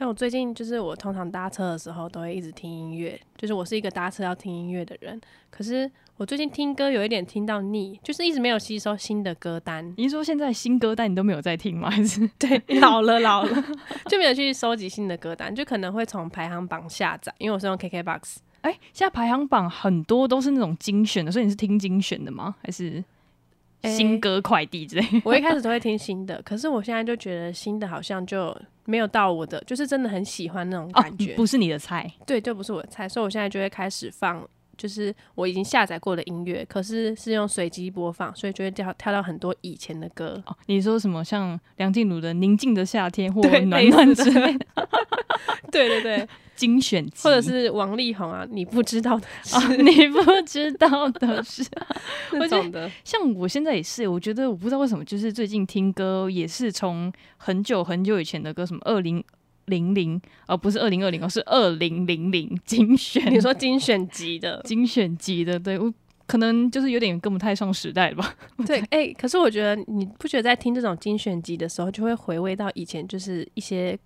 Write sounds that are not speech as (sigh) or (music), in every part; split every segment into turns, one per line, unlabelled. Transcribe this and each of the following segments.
我最近就是我通常搭车的时候都会一直听音乐，就是我是一个搭车要听音乐的人。可是我最近听歌有一点听到腻，就是一直没有吸收新的歌单。 (laughs)
你是说现在新歌但你都没有在听吗？ (laughs) 还是
对，老了老了，就没有去收集新的歌单，就可能会从排行榜下载，因为我是用
(laughs)
KKBOX。
(laughs) 哎、现在排行榜很多都是那种精选的，所以你是听精选的吗？还是
哎
新歌快递之类？
我一开始都会听新的，可是我现在就觉得新的好像就没有到我的，就是真的很喜欢那种
(laughs) 哦
感觉。
不是你的菜。
对，就不是我的菜，所以我现在就会开始放，就是我已经下载过的音乐，可是是用随机播放，所以就会跳跳到很多以前的歌。
哦，你说什么像梁静茹的《宁静的夏天》
(laughs)
或
对
《暖暖
类》似
之
的
类的
对对 (laughs) 对，
精选集，
或者是王力宏啊，你不知道 (laughs) 的事、
啊， (laughs) 你不知道的是，
那
我觉得
种的。
像我现在也是，我觉得我不知道为什么，就是最近听歌也是从很久很久以前的歌，什么二零零零，哦，不是二零二零哦，是二零零零精选，，
你说精选集的
精选集的，对我可能就是有点跟不太上时代了吧。
对，哎、可是我觉得你不觉得在听这种精选集的时候，就会回味到以前就是一些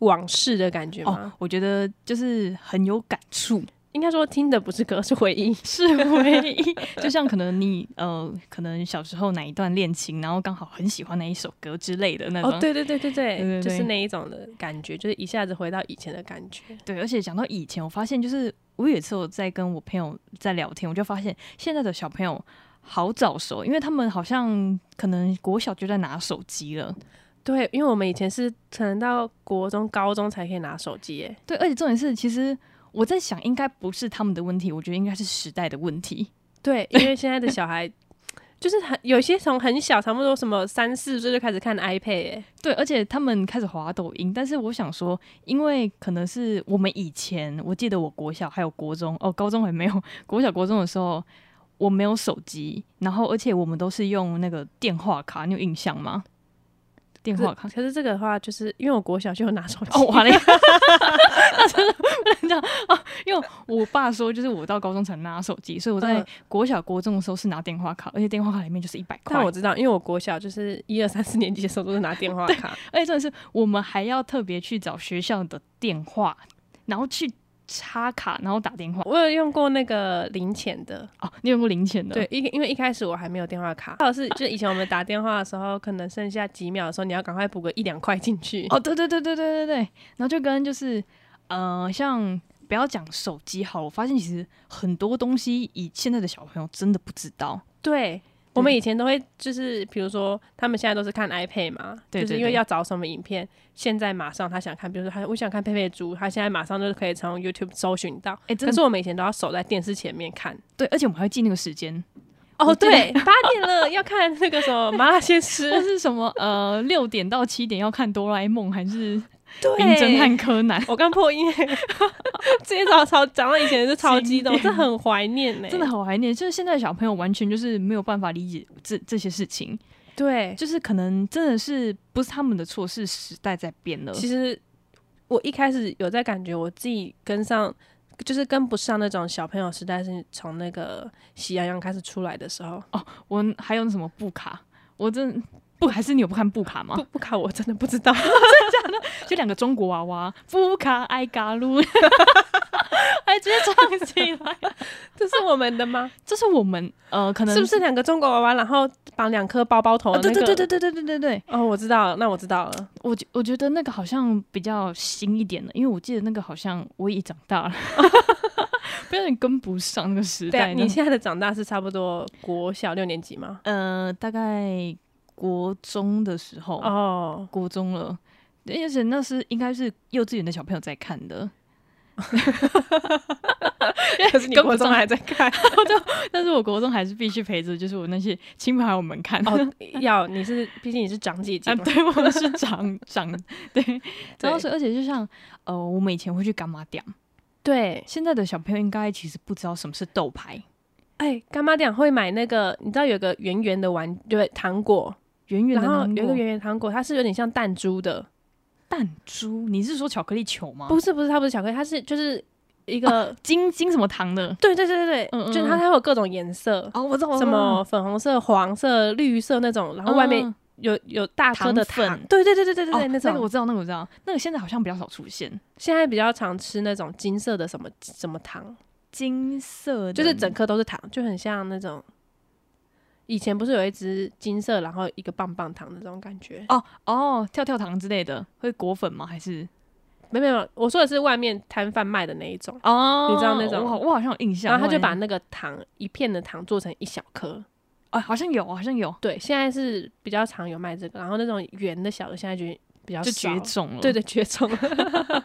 往事的感觉
哦
吗？，
我觉得就是很有感触，
应该说听的不是歌， (laughs) 是回忆。
是唯
(laughs)
一。就像可能你呃，可能小时候哪一段恋情，然后刚好很喜欢哪一首歌之类的那种。
哦，对对对对对，
对对
就是
对
那一种的感觉，就是一下子回到以前的感觉。
对，而且讲到以前，我发现就是我有一次我在跟我朋友在聊天，我就发现现在的小朋友好早熟，因为他们好像可能国小就在拿手机了。
对，因为我们以前是可能到国中、高中才可以拿手机耶。
对，而且重点是，其实我在想，应该不是他们的问题，我觉得应该是时代的问题。
对，因为现在的小孩就是很有些从很小，差不多什么三四岁就开始看 iPad 耶。
对，而且他们开始滑抖音，但是我想说，因为可能是我们以前，我记得我国小还有国中，哦，高中还没有，国小国中的时候我没有手机，然后而且我们都是用那个电话卡，你有印象吗？电话卡
可。是这个的话，就是因为我国小就有拿手机，
哦，完了，那真的不能这样啊！因为我爸说，就是我到高中才拿手机，所以我在
嗯
国小、国中的时候是拿电话卡，而且电话卡里面就是一百块
(laughs) 但。我知道，因为我国小就是一二三四年级的时候都是拿电话卡，
而且真的是，我们还要特别去找学校的电话，然后去插卡，然后打电话。
我有用过那个零钱的。
哦，你有用过零钱的？
对，，一因为一开始我还没有电话卡，或者是就以前我们打电话的时候，可能剩下几秒的时候，你要赶快补个一两块进去。
哦，对对对对对对对。然后就跟就是，呃，像不要讲手机好了，我发现其实很多东西以现在的小朋友真的不知道。
对，我们以前都会就是，比如说他们现在都是看 iPad 嘛，
对
就是
对
因为
对
要找什么影片，现在马上他想看，比如说他我想看佩佩猪，他现在马上就可以从 YouTube 搜寻到。
哎、
可
真
是
的
我们以前都要守在电视前面看。
对，而且我们还会记那个时间，
哦，
我记得
对，八点了，要看那个什么麻辣鲜师
那，是什么？呃，六点到七点要看哆啦 A 梦还是
对
名侦探。柯南？
哎我刚破音 (laughs) 欸，这些早超讲到以前是超激动，
经典
这很怀念呢、
真的好怀念，就是现在的小朋友完全就是没有办法理解这这些事情。
对，
就是可能真的是不是他们的错，是时代在变了。
其实我一开始有在感觉我自己跟上，就是跟不上那种小朋友时代，是从那个喜羊羊开始出来的时候。
我还有那什么布卡，我真不还是你有不看布卡吗
不？不卡，我真的不知道。 (laughs)
就两个中国娃娃，布卡爱嘎噜， (laughs) 还直接唱起来。 (laughs)
这是我们的吗？
这是我们呃，可能
是不是两个中国娃娃，然后绑两颗包包头
哦？
的
对
那个？
对对对对对对对对，
哦，我知道了，那我知道了。
我觉我觉得那个好像比较新一点的，因为我记得那个好像我已长大了， (laughs) 不然你跟不上那个时
对啊，
代。
你现在的长大是差不多国小六年级吗？
呃，大概国中的时候 (laughs)
哦，
国中了，而且那是应该是幼稚园的小朋友在看的， (laughs)
可是你
跟不
国中
上
还在看
(laughs) 但是我国中还是必须陪着，就是我那些亲朋好友们看。
哦。要你是，毕竟你是长姐姐
啊，
嘛。
对，我们是 (laughs) 长长对，然后是而且就像呃，我们以前会去干妈店，
对，
现在的小朋友应该其实不知道什么是豆牌，
哎，干妈店会买那个，你知道有个圆圆的玩，对，糖果，
圆圆
然
的
后
芒
有一
果
个圆圆糖果，它是有点像弹珠的，
弹珠，你是说巧克力球吗？
不是不是，它不是巧克力，它是就是一个，
金金什么糖的？
对对对对对，
哦嗯嗯
就是它它会有各种颜色，
哦，我知道
什么粉红色、黄色、绿色那种，然后外面
嗯
有有大颗的
糖
糖
粉
对对对对对对对，
哦
那
那个
种
我知道，那个我知道，那个现在好像比较少出现。
现在比较常吃那种金色的什么什么糖，
金色的
就是整颗都是糖，就很像那种以前不是有一只金色，然后一个棒棒糖的那种感觉。
哦哦跳跳糖之类的，会裹粉吗？还是
没有没有，我说的是外面摊贩卖的那一种，
哦
你知道那种
我好我好像有印象。
然后他就
我好
把
像
那个糖一片的糖做成一小颗。
啊，好像有，好像有，
对，现在是比较常有卖这个，然后那种圆的小的现在就比较
就
少
绝。种了。
对，对，绝种了，
(laughs)
(laughs)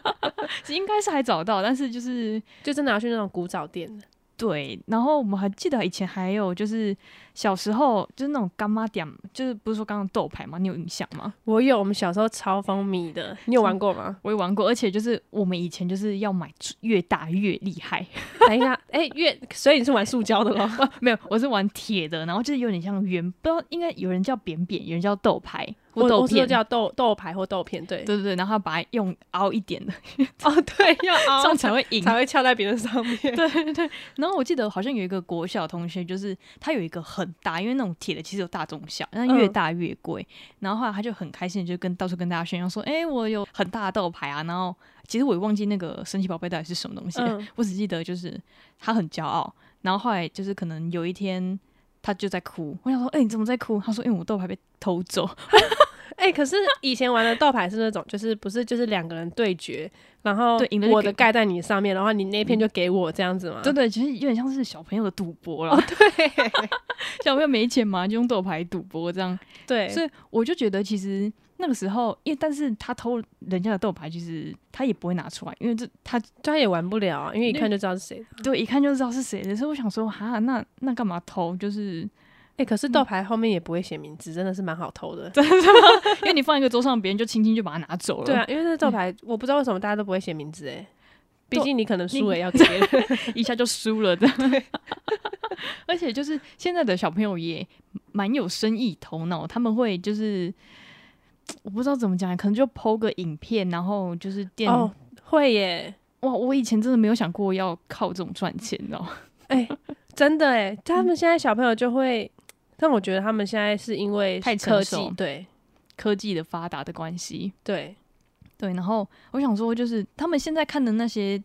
应该是还找到，但是就是
就真的要去那种古早店的。
对。然后我们还记得以前还有就是小时候就是那种干妈点，就是不是说刚刚豆牌吗？你有印象吗？？
我有，我们小时候超风靡的，你有玩过吗 (laughs)
我也玩过，而且就是我们以前就是要买越大越厉害， (laughs)
等一下，哎、越，所以你是玩塑胶的咯？
没有，我是玩铁的，然后就是有点像圆，不知道应该有人叫扁扁，有人叫豆牌或
我
豆
我是
片，
叫豆豆牌或豆片，对。
对对对，然后要把它用凹一点的，
哦，对，要
(laughs) 这
凹
样才会赢。
才会翘在别人上面。对，
然后我记得好像有一个国小同学，就是他有一个很大，因为那种铁的其实有大中小，那越
嗯
大越贵。然后后来他就很开心，就跟到处跟大家炫耀说：“哎、我有很大的豆牌啊！”然后其实我也忘记那个神奇宝贝到底是什么东西了，
嗯
(laughs) 我只记得就是他很骄傲。然后后来就是可能有一天他就在哭，我想说：“哎、你怎么在哭？”他说：“因为我豆牌被偷走。”
哎、可是以前玩的斗牌是那种，就是不是就是两个人对决，然后
对赢了就
我
给
的盖在你上面，然后你那
嗯
片就给我这样子吗？
对对，其实有点像是小朋友的赌博
哦
啦。对， (laughs) 小朋友没钱嘛，就用斗牌赌博这样。
对
所以我就觉得，其实那个时候，因为但是他偷人家的斗牌，其实他也不会拿出来，因为这他
就他也玩不了啊，因为一看就知道是谁的。
对一看就知道是谁的。所以我想说，哈，那那干嘛偷？就是 (laughs)
哎、可是斗牌后面也不会写名字，真的是蛮好偷的。
因为你放一个桌上，别人就轻轻就把它拿走了。 (laughs)
对啊，，因为那斗牌，我不知道为什么大家都不会写名字哎、毕
斗
竟你可能
你
输了要给别 (laughs) 人，
一下就输了的。而且就是现在的小朋友也蛮有生意头脑，他们会就是。我不知道怎么讲，可能就剖个影片，然后就是电、
哦，会 (laughs) 耶，
哇！我以前真的没有想过要靠这种赚钱，你哦知道吗？
哎、真的哎，他们现在小朋友就会，但我觉得他们现在是因为
太成
科
熟
技，对
(laughs) 科技的发达的关系，
对，
对，然后我想说，就是他们现在看的那些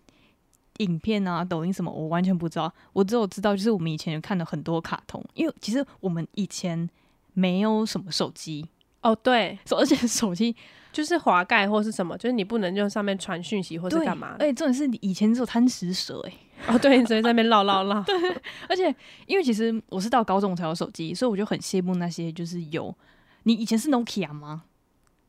影片啊、抖音什么，我完全不知道。我只有知道，就是我们以前看了很多卡通，因为其实我们以前没有什么手机，
哦对，
手而且手
(laughs)
机
就是滑盖或是什么，就是你不能用上面传讯息或是干嘛
而且重点是你以前只有贪食蛇哎、
哦，对，所以在那边唠唠 (laughs) 唠，
而且因为其实我是到高中我才有手机，所以我就很羡慕那些就是有你以前是 Nokia 吗？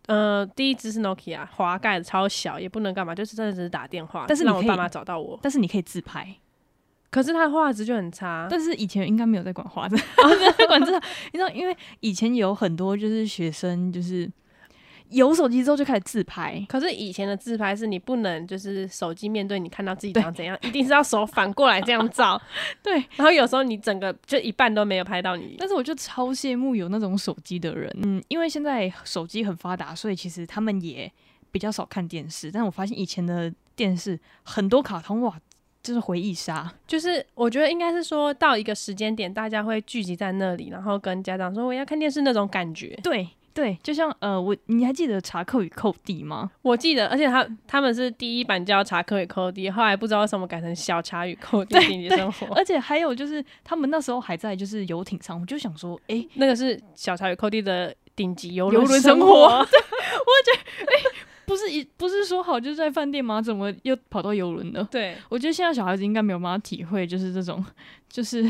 呃，第一只是 Nokia 滑盖的超小，也不能干嘛，就是真的只是打电话，
但是你
让我
可以
爸妈找到我，
但是你可以自拍，
可是它的画质就很差，
但是以前应该没有在管花的， (laughs) 在管这个，你知道，因为以前有很多就是学生就是有手机之后就开始自拍，
可是以前的自拍是你不能就是手机面对你看到自己
对。
长怎样，一定是要手反过来这样 (laughs) 照
对，
然后有时候你整个就一半都没有拍到你。
但是我就超羡慕有那种手机的人，嗯，因为现在手机很发达，所以其实他们也比较少看电视，但我发现以前的电视很多卡通哇，就是回忆杀，
就是我觉得应该是说到一个时间点，大家会聚集在那里，然后跟家长说我要看电视那种感觉。
对对，就像呃，我你还记得查克与寇弟吗？
我记得，而且他他们是第一版叫《查克与寇弟》，后来不知道为什么改成《小查与寇弟》情节生活。
而且还有就是他们那时候还在就是游艇上，我就想说，诶。
(laughs) 那个是《小查与寇弟》的顶级游
游轮
轮
生
生 (laughs)
活
活。
不是一不是说好就是在饭店吗？怎么又跑到游轮了？
对，
我觉得现在小孩子应该没有办法体会，就是这种， (laughs) 就是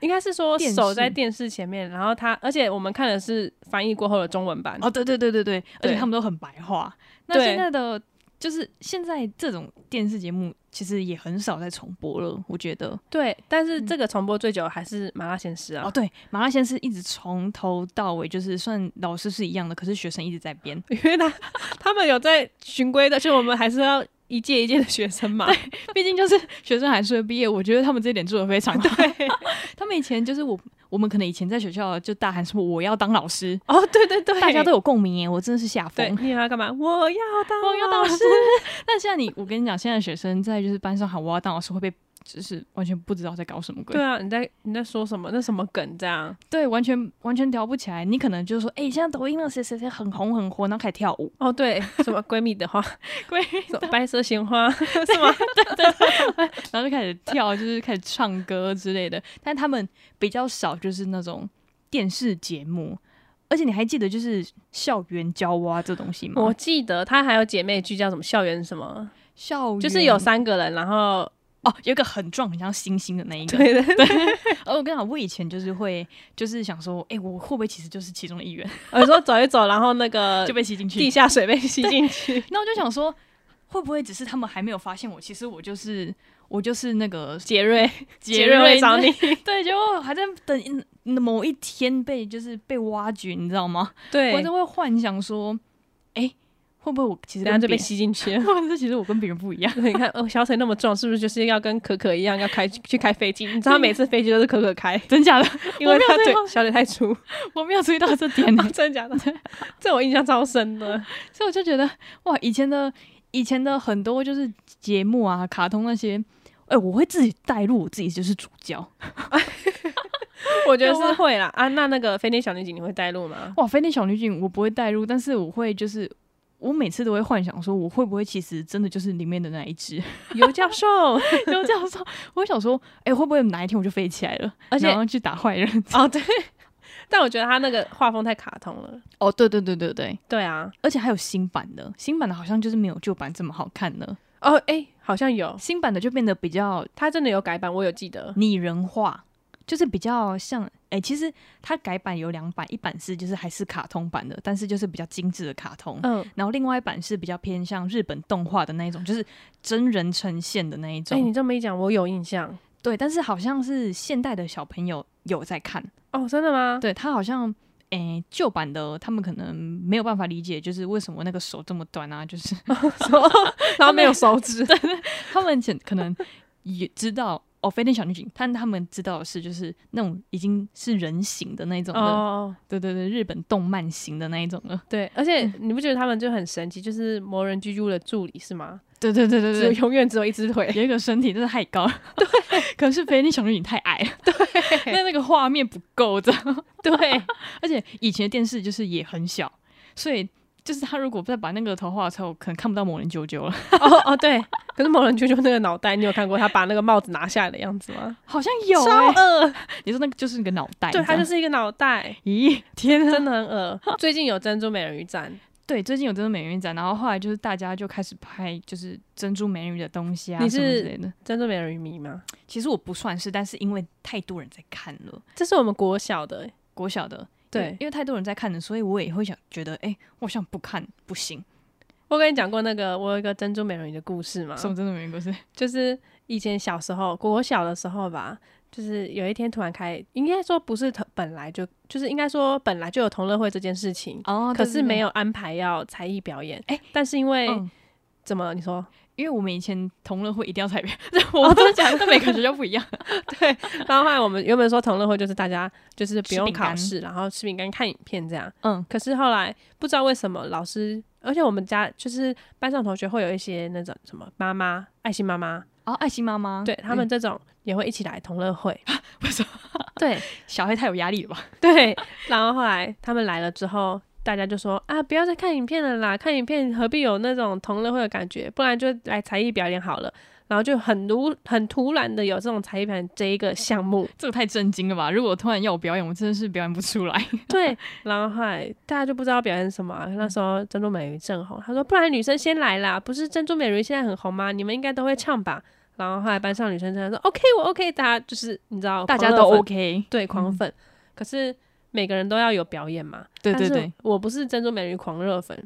应该是说
电视
守在电视前面，然后他，而且我们看的是翻译过后的中文版。
哦，对对对对对，而且他们都很白话。那
对
现在的就是现在这种电视节目其实也很少在重播了，我觉得。
对，但是这个重播最久还是《麻辣鲜师》啊
哦，，对，麻辣鲜师一直从头到尾就是算老师是一样的，可是学生一直在编。 (laughs)
因为他 (laughs) 他们有在循规的，所以我们还是要一届一届的学生
(laughs)
嘛。
毕竟就是学生还是会毕业，我觉得他们这一点做的非常 (laughs) 好。他们以前就是我，我们可能以前在学校就大喊说我要当老师，
(laughs) 哦，对对对，
大家都有共鸣耶，我真的是吓
对，
疯。
你要干嘛？我要当
我要
老
当老师。但现在你，我跟你讲，现在学生在就是班上喊我要当老师会被就是完全不知道在搞什么鬼
对。啊，你在你在说什么？那什么梗这样？
对，完全完全聊不起来。你可能就说，哎、现在抖音那谁谁谁很红很火，然后开始跳舞。
哦，对， (laughs) 什么闺蜜的
(laughs)
话，
对，
什么白蛇闲花
嗯
是吗？
(laughs) 然后就开始跳，就是开始唱歌之类的。但他们比较少，就是那种电视节目。而且你还记得就是校园交蛙这东西吗？
我记得她还有姐妹剧叫什么校园什么，
校园
就是有三个人，然后
哦，有一个很壮很像星星的那一个。
对对对，
而我跟你讲，我以前就是会就是想说，哎、我会不会其实就是其中的一员，
有时候哦走一走，然后那个
就被吸进去
地？下水被吸进去。
那我就想说，会不会只是他们还没有发现我？其实我就是我就是那个
杰瑞， (laughs) 杰
瑞
瑞会找你。
(laughs) 对，结果还在等一某一天被就是被挖掘，你知道吗？
对
我就会幻想说，哎、会不会我其实
等下
跟
就被
别人， (laughs)
吸进去 (laughs) 了。
或者是其实我跟别人不一样？ (laughs)
你看，哦，小腿那么壮，是不是就是要跟可可一样要开去开飞机？你知道他每次飞机都是可可 (laughs) 开，
真假的？ (laughs)
因为
没有
他
这
腿
样
小腿太 (laughs) 粗。
我没有注意到这点呢、 (laughs)
真的 (laughs) 假的？这我印象超深的。
所以我就觉得哇，以前的以前的很多就是节目啊、卡通那些。哎、我会自己带入我自己就是主角
我觉得
有吗
是会啦。 (laughs) 啊，那那个飞天小女警你会带路吗？
哇，《飞天小女警》我不会带入，但是我会就是我每次都会幻想说，我会不会其实真的就是里面的那一只？ (laughs)
尤教授， (laughs)
就这样说，我会想说，哎、会不会哪一天我就飞起来了，
而且
然后去打坏人？
哦对， (laughs) 但我觉得他那个画风太卡通了。
哦，对对对对对，
对啊，
而且还有新版的，新版的好像就是没有旧版这么好看了，
哦哎、好像有，
新版的就变得比较
他真的有改版，我有记得。
拟人化，就是比较像，哎、其实它改版有两版，一版是就是还是卡通版的，但是就是比较精致的卡通。
嗯，
然后另外一版是比较偏向日本动画的那一种，就是真人呈现的那一
哎、
种。
你这么一讲，我有印象。
对，但是好像是现代的小朋友有在看，
哦，真的 (laughs) 吗？
对他好像，诶、旧版的他们可能没有办法理解，就是为什么那个手这么短啊，就是 (laughs)
然后没有手 (laughs) 指，
他们可可能也知道哦，飞天小女警，但他们知道的是就是那种已经是人形的那种的，
哦，嗯
对对对，日本动漫型的那一种了，
(laughs) 对，而且你不觉得他们就很神奇，就是魔人居住的助理是吗？
对对对
只有
对对。
永远只有一只腿，
有一个身体真的太高了，对， (laughs) 可是飞天小女警太矮了， (laughs) 对，那那个画面不够的，
(laughs) 对，
而且以前的电视就是也很小，所以就是他如果再把那个头画出来，我可能看不到某人啾啾了。
(laughs)
(laughs)
哦哦对。可是魔人啾啾那个脑袋，你有看过他把那个帽子拿下来的样子吗？
好像有、
超
欸，
恶，
你说那个就是那个脑袋，
对，
他
它就是一个脑袋， (laughs)
咦，天啊！
真的很恶。最近有珍珠美人鱼展，
对，最近有珍珠美人鱼展，然后后来就是大家就开始拍就是珍珠美人鱼的东西啊，
你
什么
是
之类的。
珍珠美人鱼迷吗？
其实我不算是，但是因为太多人在看了，
这是我们国小的、欸，
国小的。因为
对
因为太多人在看了，所以我也会想觉得，哎、我好像不看不行。
我跟你讲过那个，我有一个珍珠美人鱼的故事嘛，
什么珍珠美人鱼故事？
就是以前小时候，国小的时候吧，就是有一天突然开，应该说不是同本来就，就是应该说本来就有同乐会这件事情，
哦
可是没
有。
有安排要才艺表演，
哎
但是因为、
嗯
怎么了你说， (laughs)
因为我们以前同乐会一定要彩 (laughs) 排，我哦真的讲，但 (laughs) 每个学校不一样。
然后后来我们原本说同乐会就是大家就是不
吃
用
饼干
考试，然后吃饼干看影片这样。
嗯，
可是后来不知道为什么老师，而且我们家就是班上同学会有一些那种什么妈妈、爱心妈妈，
哦，爱心妈嗯妈，
对他们这种也会一起来同乐会。
啊为什
(laughs) 对
小黑太有压力了吧？ (laughs)
(laughs) 对，然后后来他们来了之后。大家就说啊，不要再看影片了啦，看影片何必有那种同乐会的感觉？不然就来才艺表演好了。然后就很突很突然的有这种才艺表演这一个项
(laughs)
目，
这个太震惊了吧！如果突然要我表演，我真的是表演不出来。
对，然后后来大家就不知道表演什么啊、那时候珍珠美人鱼正红，他说不然女生先来啦，不是珍珠美人鱼现在很红吗？你们应该都会唱吧。然后后来班上女生真的说 OK，我 OK，大家就是你知道，
(laughs) 大家
狂
都
热粉
OK，嗯
对狂粉，可是每个人都要有表演嘛。
对
但
对
是
对，
我不是珍珠美人鱼狂热粉，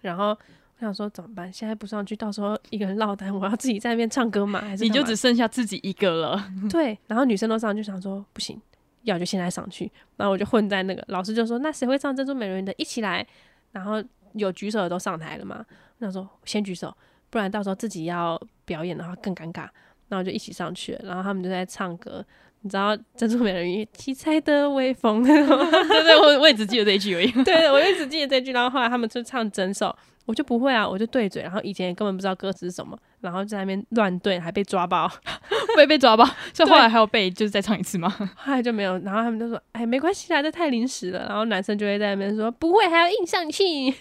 然后我想说怎么办？现在不上去，到时候一个人落单，我要自己在那边唱歌吗？还是
你
干
就
嘛
只剩下自己一个 (laughs) 了。
对，然后女生都上去想说不行，要就现在上去，然后我就混在那个老师就说那谁会唱珍珠美人鱼的一起来，然后有举手的都上台了嘛，我想说先举手，不然到时候自己要表演的话更尴尬，然后就一起上去了，然后他们就在唱歌，你知道珍珠美人鱼七彩的微风 (laughs) 那种，
对对，我我也只记得这一句而 (laughs) 已。
(laughs) 对，我就只记得这句，然后后来他们就唱整首，我就不会啊，我就对嘴，然后以前也根本不知道歌词是什么，然后在那边乱对，还被抓包， (laughs)
被被抓包， (laughs) 所以后来还有被就是再唱一次吗？
后来就没有，然后他们就说，哎，没关系啦，这太临时了，然后男生就会在那边说，不会，还要印上去，
(laughs)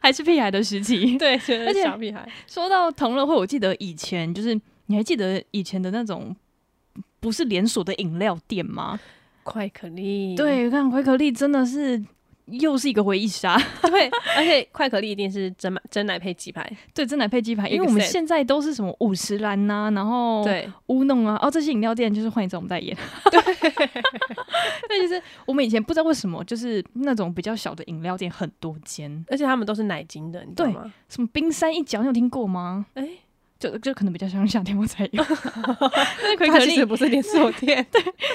还是屁孩的时期？
(laughs) 对，就是
而且
小屁孩，
(laughs) 说到同乐会，我记得以前就是你还记得以前的那种不是连锁的饮料店吗？
快可丽，
对，看奎可丽真的是又是一个回忆杀。
(laughs)
(laughs)
对，而且快可丽一定是真奶真奶配鸡排，
对，真奶配鸡排，
一个
因为我们
set
现在都是什么五十兰呐，然后
对，
乌弄啊，哦，这些饮料店就是换一种代言。 (laughs) 对，就是我们以前不知道为什么，就是那种比较小的饮料店很多间，
而且他们都是奶精的，你知道
对
吗？
什么冰山一角，你有听过吗？
(laughs) 哎、
就就可能比较像夏天我才有， (laughs)
那
奎
可
可
其实
丽
不是连锁店，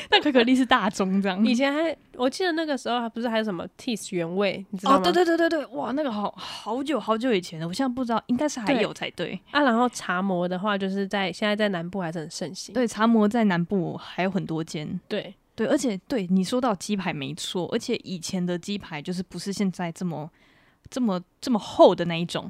但可可丽是大宗这
(laughs)
样。
以前还我记得那个时候还不是还有什么 Teas 原味，你知道吗？
哦，对对对对对，哇，那个好好久好久以前的，我现在不知道，应该是还
对
有才对。
啊，然后茶魔的话，就是在现在在南部还是很盛行。
对，茶魔在南部还有很多间。
对
对，而且对你说到鸡排没错，而且以前的鸡排就是不是现在这么这么这么厚的那一种。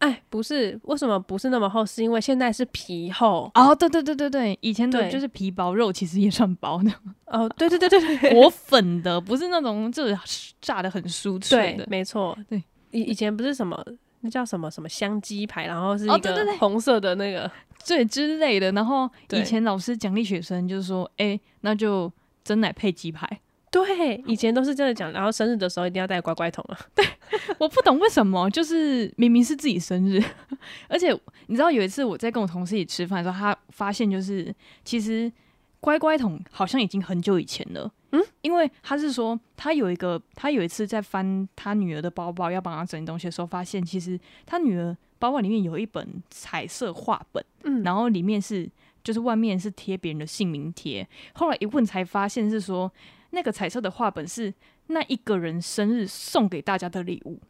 哎，不是，为什么不是那么厚？是因为现在是皮厚。
哦，对对对对对，以前的
对
就是皮薄肉，其实也算薄的，
哦，对对对对
(laughs)
对，
裹粉的，不是那种就是炸的很酥脆
对
的，。
没错，
对，
以以前不是什么。那叫什么什么香鸡排，然后是
哦
一
对对
个
对
红色的那
(laughs)
个，
对之类的。然后
对
以前老师奖励学生，就是说，哎、那就真奶配鸡排。
对，以前都是这样讲，然后生日的时候一定要带乖乖桶啊，
我不懂为什么，就是明明是自己生日， (laughs) 而且你知道有一次我在跟我同事一起吃饭的时候，他发现就是其实乖乖桶好像已经很久以前了。嗯，因为他是说他有一个，他有一次在翻他女儿的包包，要帮她整理东西的时候，发现其实他女儿包包里面有一本彩色画本，
嗯
然后里面是就是外面是贴别人的姓名贴，后来一问才发现是说那个彩色的画本是那一个人生日送给大家的礼物。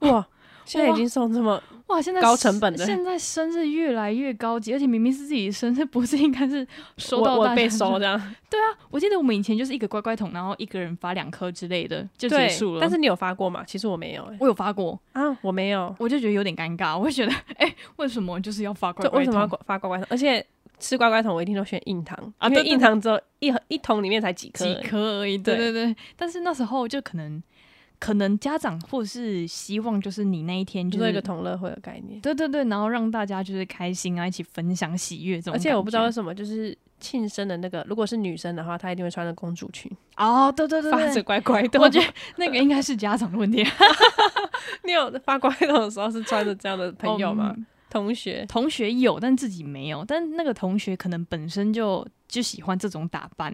哇，现在已经送这么
哇，现在
高成本的
现在生日越来越高级，而且明明是自己生日，不是应该是收到
我
大
我
家
被
的
收这样，
(laughs) 我记得我们以前就是一个乖乖桶，然后一个人发两颗之类的就结
对
束了。
但是你有发过吗？其实我没有、欸，
我有发过，
啊，我没有，
我就觉得有点尴尬，我会觉得，哎、为什么就是要发乖
对，
乖
为什么要
桶？
刮发乖乖桶？而且吃乖乖桶，我一定都选硬糖
啊
因为
对对
硬糖只有一盒一桶里面才几颗而
几
已。
颗而已，对对对。但是那时候就可能，可能家长或是希望就是你那一天
就
就是
一个
是，
同乐会的概念。
对对对，然后让大家就是开心啊，一起分享喜悦这种
而
感觉。
且我不知道为什么，就是庆生的那个，如果是女生的话，她一定会穿着公主裙，
哦，对对对
发着
对，
乖乖桶。
我觉得那个应该是家长的问题。
(laughs) 你有发乖乖桶的时候是穿着这样的朋友吗？
嗯
同学？
同学有，但自己没有。但那个同学可能本身就就喜欢这种打扮，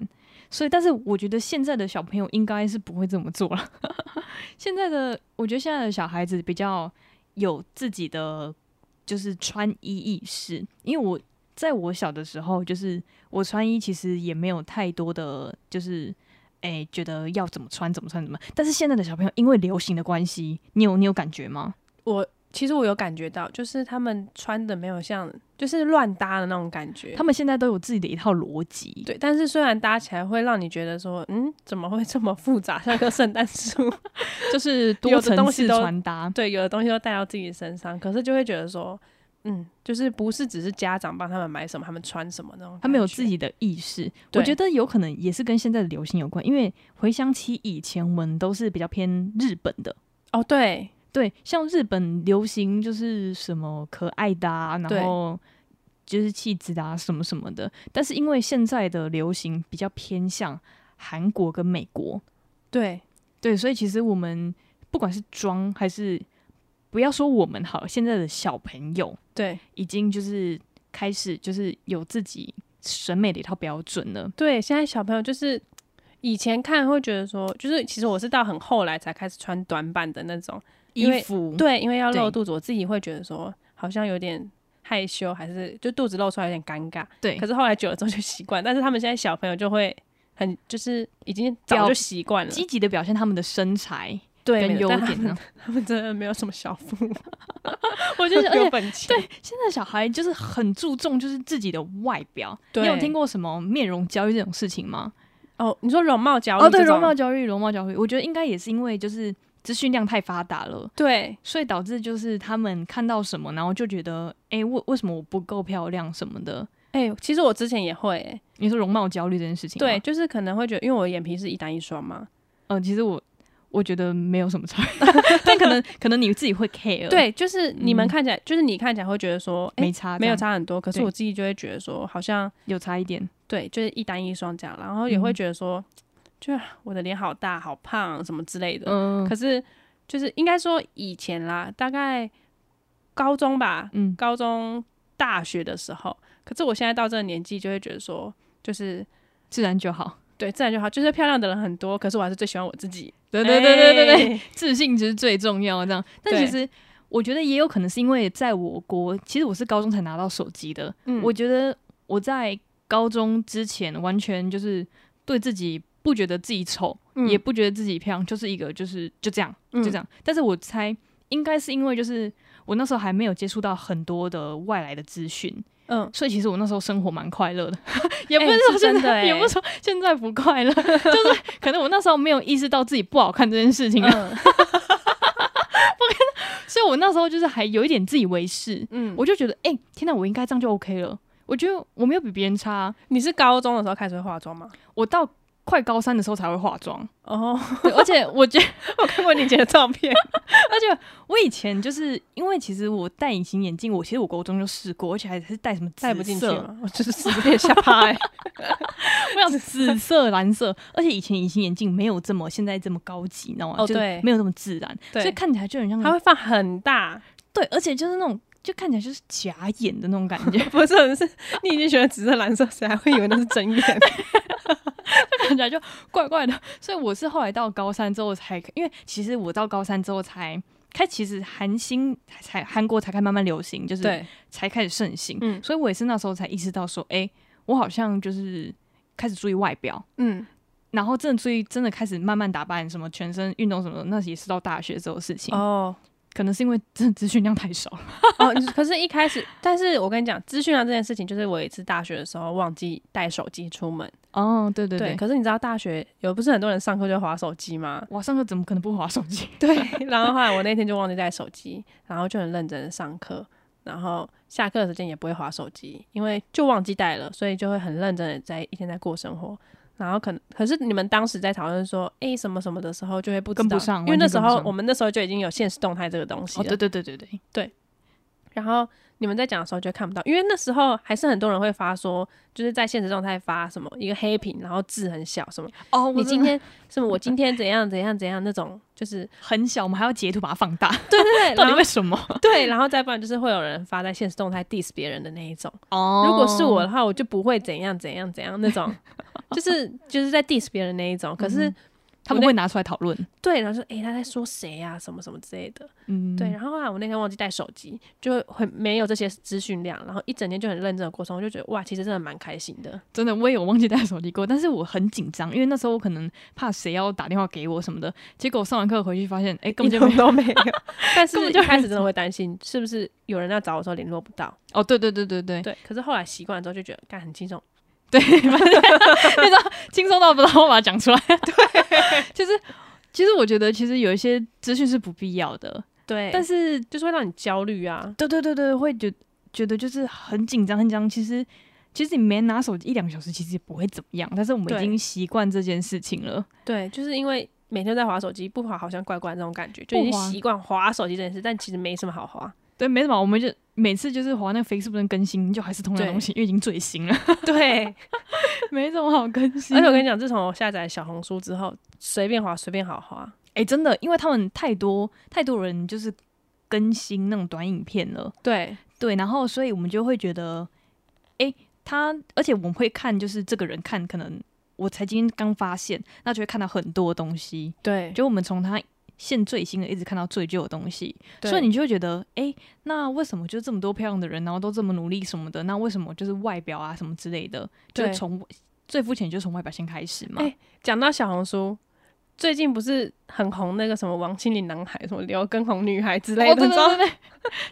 所以，但是我觉得现在的小朋友应该是不会这么做了。 (laughs) 现在的，我觉得现在的小孩子比较有自己的就是穿衣意识，因为我在我小的时候，就是我穿衣其实也没有太多的，就是。哎、觉得要怎么穿怎么穿怎么，但是现在的小朋友因为流行的关系，你有你有感觉吗？
我其实我有感觉到，就是他们穿的没有像，就是乱搭的那种感觉。
他们现在都有自己的一套逻辑，
对，但是虽然搭起来会让你觉得说，嗯，怎么会这么复杂，像个圣诞树？ (laughs)
就是多
有的
层
东西
次
都
传达。
对，有的东西都带到自己身上，可是就会觉得说，嗯，就是不是只是家长帮他们买什么，他们穿什么那种，
他们有自，己的意识，
对
我觉得有可能也是跟现在的流行有关。因为回想起以前，我们都是比较偏日本的，
哦，对
对，像日本流行就是什么可爱的、啊，
对
然后就是气质的、啊、什么什么的。但是因为现在的流行比较偏向韩国跟美国，
对，
对，所以其实我们不管是妆还是不要说我们好了，现在的小朋友，
对
已经就是开始就是有自己审美的一套标准了。
对，现在小朋友就是以前看会觉得说，就是其实我是到很后来才开始穿短版的那种，因为
衣服
对，因为要露
嗯对
肚子，我自己会觉得说好像有点。害羞还是就肚子露出来有点尴尬，
对
可是后来久了之后就习惯，但是他们现在小朋友就会很就是已经早
表
就习惯了，
积极的表现他们的身材，
对，
跟
没
优
有但他
点
们
(laughs) 呢。
他们真的没有什么小 (laughs) 富，
我觉得，而且
本钱
对现在小孩就是很注重就是自己的外表。
对
你有听过什么面容焦虑这种事情吗？
哦，你说容貌焦虑
哦，对，
这种
容貌焦虑，容貌焦虑，我觉得应该也是因为就是资讯量太发达了。
对
所以导致就是他们看到什么，然后就觉得，哎、为为什么我不够漂亮什么的？
哎、其实我之前也会、哎
你说容貌焦虑这件事情吗，
对，就是可能会觉得，因为我眼皮是一单一双嘛，
呃，其实我我觉得没有什么差， (laughs) 但可能可能你自己会 care，，
对，就是你们
嗯
看起来，就是你看起来会觉得说，哎、
没差，
没有
这样，
差很多，可是
对
我自己就会觉得说，好像
有差一点，
对，就是一单一双这样，然后也会
嗯
觉得说，就我的脸好大、好胖什么之类的。
嗯
可是就是应该说以前啦，大概高中吧，
嗯，
高中、大学的时候，可是我现在到这个年纪，就会觉得说，就是
自然就好，
对自然就好，就是漂亮的人很多，可是我还是最喜欢我自己。
对对对对对对，
哎，
自信其实最重要，这样。但
对
其实我觉得也有可能是因为在我国，其实我是高中才拿到手机的，
嗯
我觉得我在高中之前完全就是对自己不觉得自己丑，
嗯
也不觉得自己漂亮，就是一个就是就这样就
嗯
这样。但是我猜应该是因为就是我那时候还没有接触到很多的外来的资讯，
嗯，
所以其实我那时候生活蛮快乐的，也不是
哎
说
是
现
真的
在，也
哎
不是说现在不快乐， (laughs) 就是可能我那时候没有意识到自己不好看这件事情啊，
嗯
所以我那时候就是还有一点自以为是，
嗯，我
我就觉得哎、天哪，我应该这样就 OK 了，我觉得我没有比别人差啊，
你是高中的时候开始会化妆吗？
我到快高三的时候才会化妆， (laughs)
哦， (laughs)
对，而且我觉得，
我看过你以前的照片。
而且我以前就是因为其实我戴隐形眼镜，我其实我高中就试过，而且还是戴什么紫
带不进去
色
吗？我就是死被吓趴哎、
我想
(laughs)
紫色、蓝色，而且以前隐形眼镜没有这么现在这么高级，你知道吗？
哦
就是
对
没有那么自然，
(laughs) 对嗯
所以看起来就很像
它会放很大，
对，而且就是那种就看起来就是假眼的那种感觉，
(laughs) 不是是，你已经选了紫色、蓝色，谁还会以为那是真眼？
看起来就怪怪的。所以我是后来到高三之后才，因为其实我到高三之后才。开其实韩星才韩国才开始慢慢流行，就是
对，
才开始盛行，
嗯
所以我也是那时候才意识到说，哎、我好像就是开始注意外表，
嗯，
然后真的注意真的开始慢慢打扮，什么全身运动什么的，那也是到大学之后的事情。
哦
可能是因为真的资讯量太少了。
哦，你可是一开始，但是我跟你讲，资讯啊量这件事情，就是我有一次大学的时候忘记带手机出门，
哦，对对
可是你知道大学有不是很多人上课就划手机吗？ (laughs)
我上课怎么可能不划手机？
对，然后后来我那天就忘记带手机，然后就很认真的上课，然后下课的时间也不会划手机，因为就忘记带了，所以就会很认真的在一天在过生活。然后可能可是你们当时在讨论说，诶什么什么的时候，就会不知道
跟不上
因为那时
完全跟
候
不上
我们那时候就已经有现实动态这个东西
哦，
了，
对对对对对，
然后你们在讲的时候就看不到，因为那时候还是很多人会发说，就是在现实动态发什么一个黑屏，然后字很小 (laughs) 什么，
哦，
你今天什么我今天怎样怎样怎样那种，就是
很小，我们还要截图把它放大， (laughs)
对对对，
到
然
底
后
为什么？
对，然后再不然就是会有人发在现实动态 diss 别人的那一种。
哦
如果是我，的话，我就不会怎样怎样怎样那 (laughs) 种，就是就是在 diss 别人那一种。可是、
嗯他们会拿出来讨论。
对，然后说诶、他在说谁啊，什么什么之类的。
嗯，
对，然后啊，我那天忘记带手机，就很没有这些资讯量，然后一整天就很认真的过程，我就觉得哇，其实真的蛮开心
(laughs)
的。
真的我也有忘记带手机过，但是我很紧张，因为那时候我可能怕谁要打电话给我什么的。结果上完课回去发现，哎、根
一
本就没
通
有。
都没有，但是
根本
一
就没
开始真的会担心，是不是有人要找我的时候联络不到？
哦，对对对对对，
对，可是后来习惯了之后就觉得干很轻松。
对，反
(laughs)
正你知道轻松到不知道我把它讲出来。对，其实其实我觉得其实有一些资讯是不必要的，
对，
但
但是
是
就是会让你焦虑啊。
对对对对，会觉觉得就是很紧张很紧张。其实其实你没拿手机一两个小时，其实也不会怎么样，但是我们已
对
经习惯这件事情了。
对，就是因为每天在划手机，不划好像怪怪那种感觉，就已
不
经
滑
习惯划手机这件事，但其实没什么好
(laughs)
划。
对，没什么，我们就每次就是滑那个 Facebook 的更新，就还是同样的
对
东西，因为已经最新了，
(laughs)
(laughs)
对，而
没什么好更新。
且我跟你讲，自从我下载小红书之后，随便划随便好划。
哎、真的，因为他们太多太多人就是更新那种短影片了，
对
对，然后所以我们就会觉得，哎、他，而且我们会看，就是这个人看，可能我才今天刚发现，那就会看到很多东西，
对，
就我们从他现最新的一直看到最旧的东西，
对
所以你就会觉得，哎、那为什么就这么多漂亮的人，然后都这么努力什么的，那为什么就是外表啊什么之类的，就是
对
从最肤浅就从外表先开始嘛？
诶讲到小红书，最近不是很红那个什么王心凌男孩、什么刘畊宏女孩之类
哦，
的，
对
你知道
对对对， (laughs)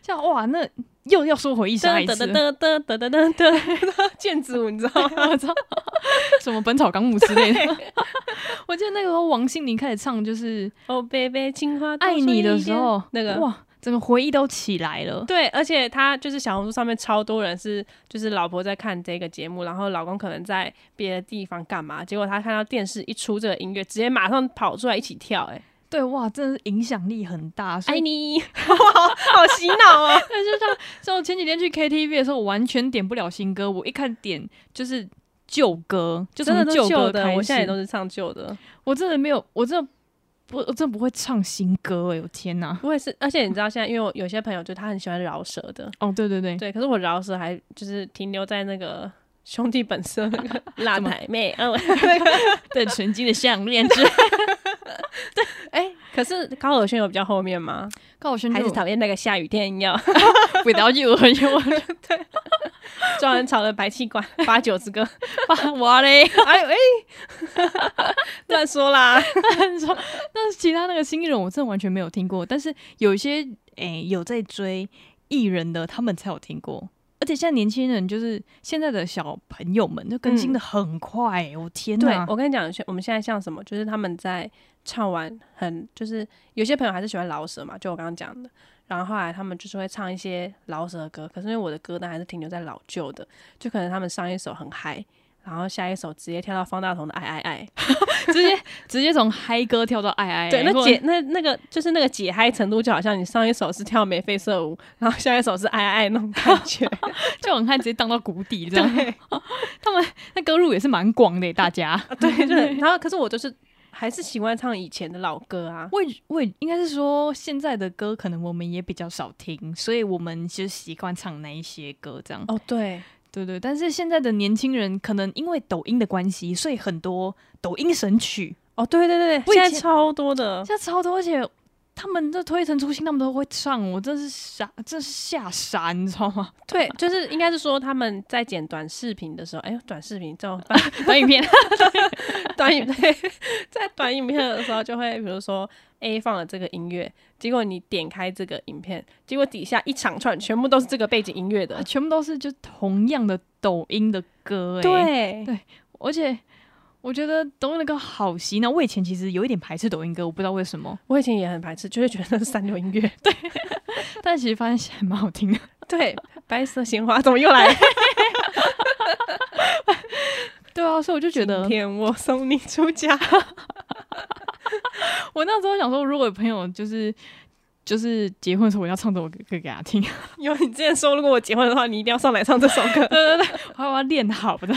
像哇，那又要说回一杀一次了，
噔噔噔噔噔噔噔，毽子舞，你知道吗？
(laughs) 我操， (laughs) 什么《本草纲目》之类的。我记得那个时候王心凌开始唱就是
哦，baby，青花
《爱你》的时候，
那个
哇，整个回忆都起来了。
对，而且他就是小红书上面超多人是，就是老婆在看这个节目，然后老公可能在别的地方干嘛，结果他看到电视一出这个音乐，直接马上跑出来一起跳、欸，
对，哇，真的是影响力很大。所
爱
以
你， (laughs) 好好洗脑哦。
但是哎像像我前几天去 KTV 的时候，我完全点不了新歌，我一看点就是旧歌， (laughs) 就
真的
从
都
旧歌
旧
开
的，
始。
我现在也都是唱旧的。
我真的没有，我真的不，我真的不会唱新歌哎、我天哪！
我也是，而且你知道现在，因为我有些朋友就他很喜欢饶舌的，
哦，对对对，
对，可是我饶舌还就是停留在那个兄弟本色那个辣
么
台妹，嗯， (laughs) 那个
对纯金的项链之类的。
哎，可是高尔宣有比较后面吗？
(laughs) 高晓轩
还是讨厌那个下雨天 (laughs) 要
without you，很有
撞人吵的排气管八九十个， (laughs)
发 (laughs) 哇嘞。
哎呦哎，哎 (laughs) 乱说啦，
但是说，但是其他那个新艺人我真的完全没有听过，但是有一些诶、有在追艺人的，他们才有听过。而且现在年轻人就是现在的小朋友们，就更新的很快、我天
对
哪！
我跟你讲，我们现在像什么，就是他们在唱完很，就是有些朋友还是喜欢饶舌嘛，就我刚刚讲的。然后后来他们就是会唱一些饶舌的歌，可是因为我的歌单还是停留在老旧的，就可能他们上一首很嗨，然后下一首直接跳到方大同的《爱爱爱
直接直接从嗨歌跳到爱爱》。爱，
对，那
或
解那那个就是那个解嗨程度，就好像你上一首是跳眉飞色舞，然后下一首是《爱爱爱》那种感觉。
就很看直接荡到谷 (laughs) 底这样。他们那歌路也是蛮广的耶，大家。
对，就是然后可是我就是还是喜欢唱以前的老歌啊。
(laughs) 我也我也应该是说，现在的歌可能我们也比较少听，所以我们就习惯唱那一些歌这样。
哦，对，
对对，但是现在的年轻人可能因为抖音的关系，所以很多抖音神曲，
哦，对对对，
我
对
以
现在
前
超多的。
现在超多，而且他们的推陈出新，他们都会唱，我真是傻，真是吓傻，你知道吗？ (laughs)
对，就是应该是说他们在剪短视频的时候，哎呦，短视频这种短
短影片，
(laughs) 短影片， (laughs) 在短影片的时候就会，比如说 A 放了这个音乐，结果你点开这个影片，结果底下一长串全部都是这个背景音乐的。
全部都是就同样的抖音的歌、欸，，
对，
而且。我觉得抖音的歌好洗脑，我以前其实有一点排斥抖音歌，我不知道为什么，
我以前也很排斥，就会觉得那是三流音乐。 (laughs)
但其实发现现在蛮好听的。 (laughs)
对，白色鲜花怎么又来了？
对啊，所以我就觉得
今天我送你出家。 (laughs)
我那时候想说，如果有朋友就是就是结婚的时候，我要唱这首歌歌给他听，
因为你之前说，如果我结婚的话，你一定要上来唱这首歌。
(laughs) 对对对，我还要练好的。 (laughs) 对，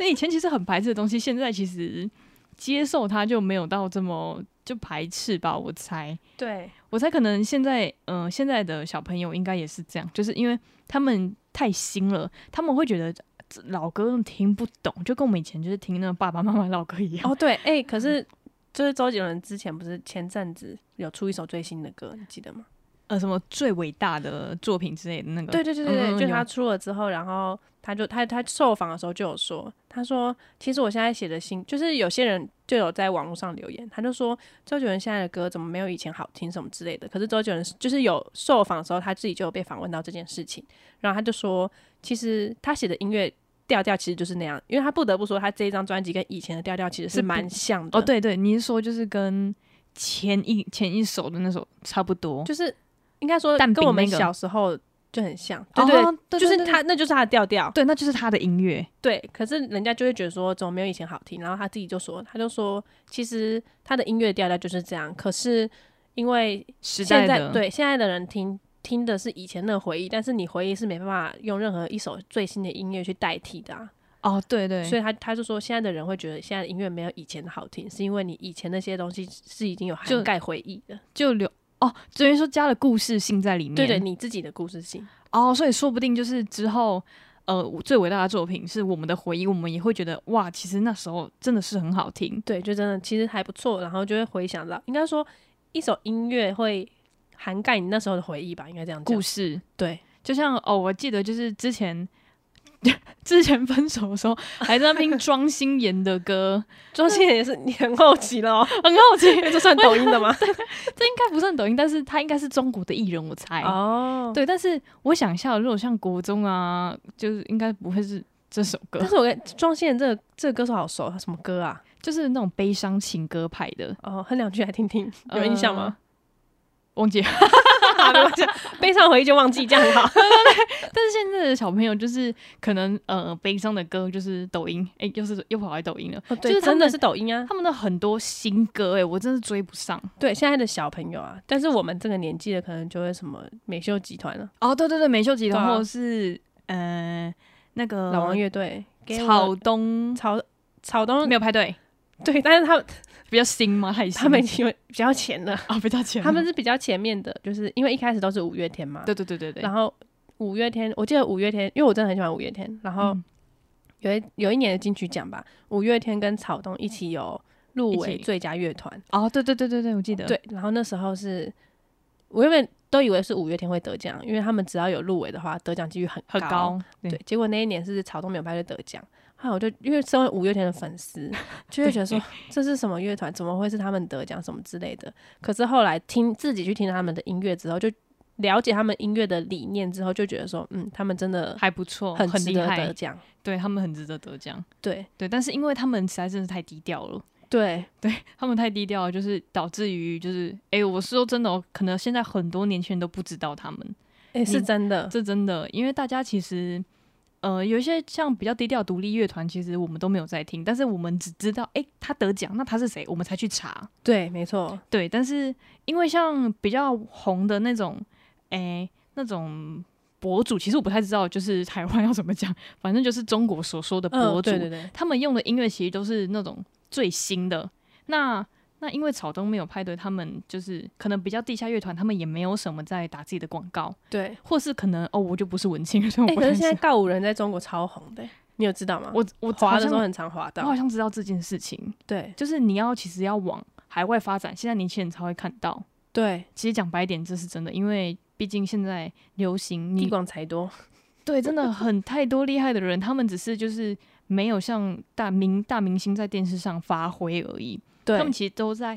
那以前其实很排斥的东西，现在其实接受它就没有到这么就排斥吧，我猜。
对，
我猜可能现在，嗯、现在的小朋友应该也是这样，就是因为他们太新了，他们会觉得这老歌听不懂，就跟我们以前就是听那种爸爸妈妈老歌一样。嗯
哦，对，哎、可是就是周杰伦之前不是前阵子有出一首最新的歌，你记得吗？
(laughs) 呃，什么最伟大的作品之类的那个，
对对对对对，
嗯
就
有
他出了之后，然后他就他他受访的时候就有说，他说其实我现在写的新，就是有些人就有在网络上留言，他就说周杰伦现在的歌怎么没有以前好听什么之类的。可是周杰伦就是有受访的时候，他自己就有被访问到这件事情，然后他就说，其实他写的音乐。调调其实就是那样，因为他不得不说，他这一张专辑跟以前的调调其实是
是不
蛮像的。
哦，对对，你是说就是跟前一前一首的那首差不多？
就是应该说
蛋饼
跟我们
哦那个
小时候就很像，对对
哦对
就是
对对
他，那就是他的调调，
对，那就是他的音乐。
对。可是人家就会觉得说，怎么没有以前好听？然后他自己就说，他就说，其实他的音乐调调就是这样。可是因为
时代
现在
的
对现在的人听听的是以前的回忆，但是你回忆是没办法用任何一首最新的音乐去代替的啊。
哦，对对，
所以他他就说，现在的人会觉得现在的音乐没有以前的好听，是因为你以前那些东西是已经有
就
涵盖回忆的，
就留哦，等于说加了故事性在里面。
对对，你自己的故事性。
哦，所以说不定就是之后。呃，最伟大的作品是我们的回忆，我们也会觉得哇，其实那时候真的是很好听。
对，就真的其实还不错，然后就会回想到，应该说一首音乐会涵盖你那时候的回忆吧，应该这样讲
故。事
对，
就像哦，我记得就是之前 (laughs) 之前分手的时候还在那边庄心妍的歌，
周星也是，你很好奇了哦，
很好奇，
因 (laughs) 为这算抖音的吗？
(laughs) 这应该不算抖音，但是他应该是中国的艺人，我猜。
哦，
对，但是我想一下，如果像国中啊，就是应该不会是这首歌
但，是我跟庄心妍这个这个歌手好熟，他什么歌啊？
就是那种悲伤情歌派的，
哦，哼两句来听听，有印象吗？
呃？忘记了。 (laughs)
(laughs) 没关系悲伤回忆就忘记，这样很好。
但是现在的小朋友就是可能呃悲伤的歌就是抖音，哎、又是又跑来抖音
(laughs)
了，
就
就是
是
哦他
真
们
的是抖音啊，
他们的很多新歌、哎，我真是追不上。
对现在的小朋友啊，但是我们这个年纪的可能就会什么美秀集团啊了、
哦，对对对，美秀集团
对啊
或者是呃那个
老王乐队、给我
草东
草草东
没有派对，
对，但是他
比较新吗？还
他
(laughs)
们已经有比较前了，
啊、比较前吗，
他们是比较前面的，就是因为一开始都是五月天嘛，
对对对对对，
然后五月天，我记得五月天，因为我真的很喜欢五月天，然后
嗯
有一有一年的金曲奖吧，五月天跟草东一起有入围
一起
最佳乐团，
哦，对对对对对，我记得，
对，然后那时候是我原本都以为是五月天会得奖，因为他们只要有入围的话，得奖几率很
很高，对
对，结果那一年是草东没有派对得奖，后来我就因为身为五月天的粉丝，就会觉得说这是什么乐团，怎么会是他们得奖什么之类的。可是后来听自己去听他们的音乐之后，就了解他们音乐的理念之后，就觉得说，嗯，他们真的
还不错，
很
很
值
厉
得得
害，
奖。
对他们很值得得奖，
对
对，但是因为他们实在真的是太低调了。
对，
对他们太低调了，就是导致于就是，哎、我是说真的、哦，可能现在很多年轻人都不知道他们，
诶，是
你
真的，
这真的，因为大家其实，呃，有一些像比较低调的独立乐团，其实我们都没有在听，但是我们只知道，哎、他得奖，那他是谁，我们才去查。
对，没错，
对，但是因为像比较红的那种，哎、那种。博主其实我不太知道，就是台湾要怎么讲，反正就是中国所说的
嗯，
博主，
对对对，
他们用的音乐其实都是那种最新的。那那因为草东没有派对，他们就是可能比较地下乐团，他们也没有什么在打自己的广告，
对。
或是可能哦，我就不是文青，所以
哎、
我不
可是
太
现
是、
在告五人在中国超红的、你有知道吗？
我我
滑
好
的时
像
候很常滑
我
到
好，像知道这件事情，
对
就是你要其实要往海外发展，现在年轻人才会看到。
对，
其实讲白一点，这是真的，因为毕竟现在流行
地
你呃
广才多，
对，真的很太多厉害的人，他们只是就是没有像大明大明星在电视上发挥而已。
对
他们其实都在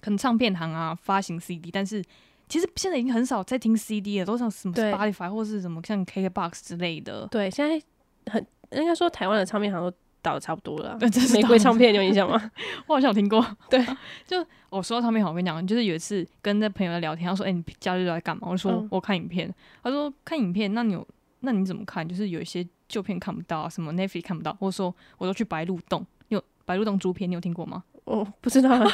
可能唱片行啊发行 CD，但是其实现在已经很少在听 CD 了，都像什么
对
Spotify 或是什么像 KKBox 之类的。
对，现在很应该说台湾的唱片行都倒的差不多了啊。
对，这是
玫瑰
当
唱片你有印象吗？
我好像有听过。
对，
就我、说到唱片行，我跟你讲，就是有一次跟那朋友在聊天，他说：“哎、你假日都在干嘛？”我说：“
嗯
我看影片。他说：“看影片，那你有那你怎么看？就是有一些旧片看不到啊，什么 Netflix 看不到，或者说我都去白鹿洞。”你有白鹿洞租片，你有听过吗？
(laughs)
(laughs)
我不知道啊，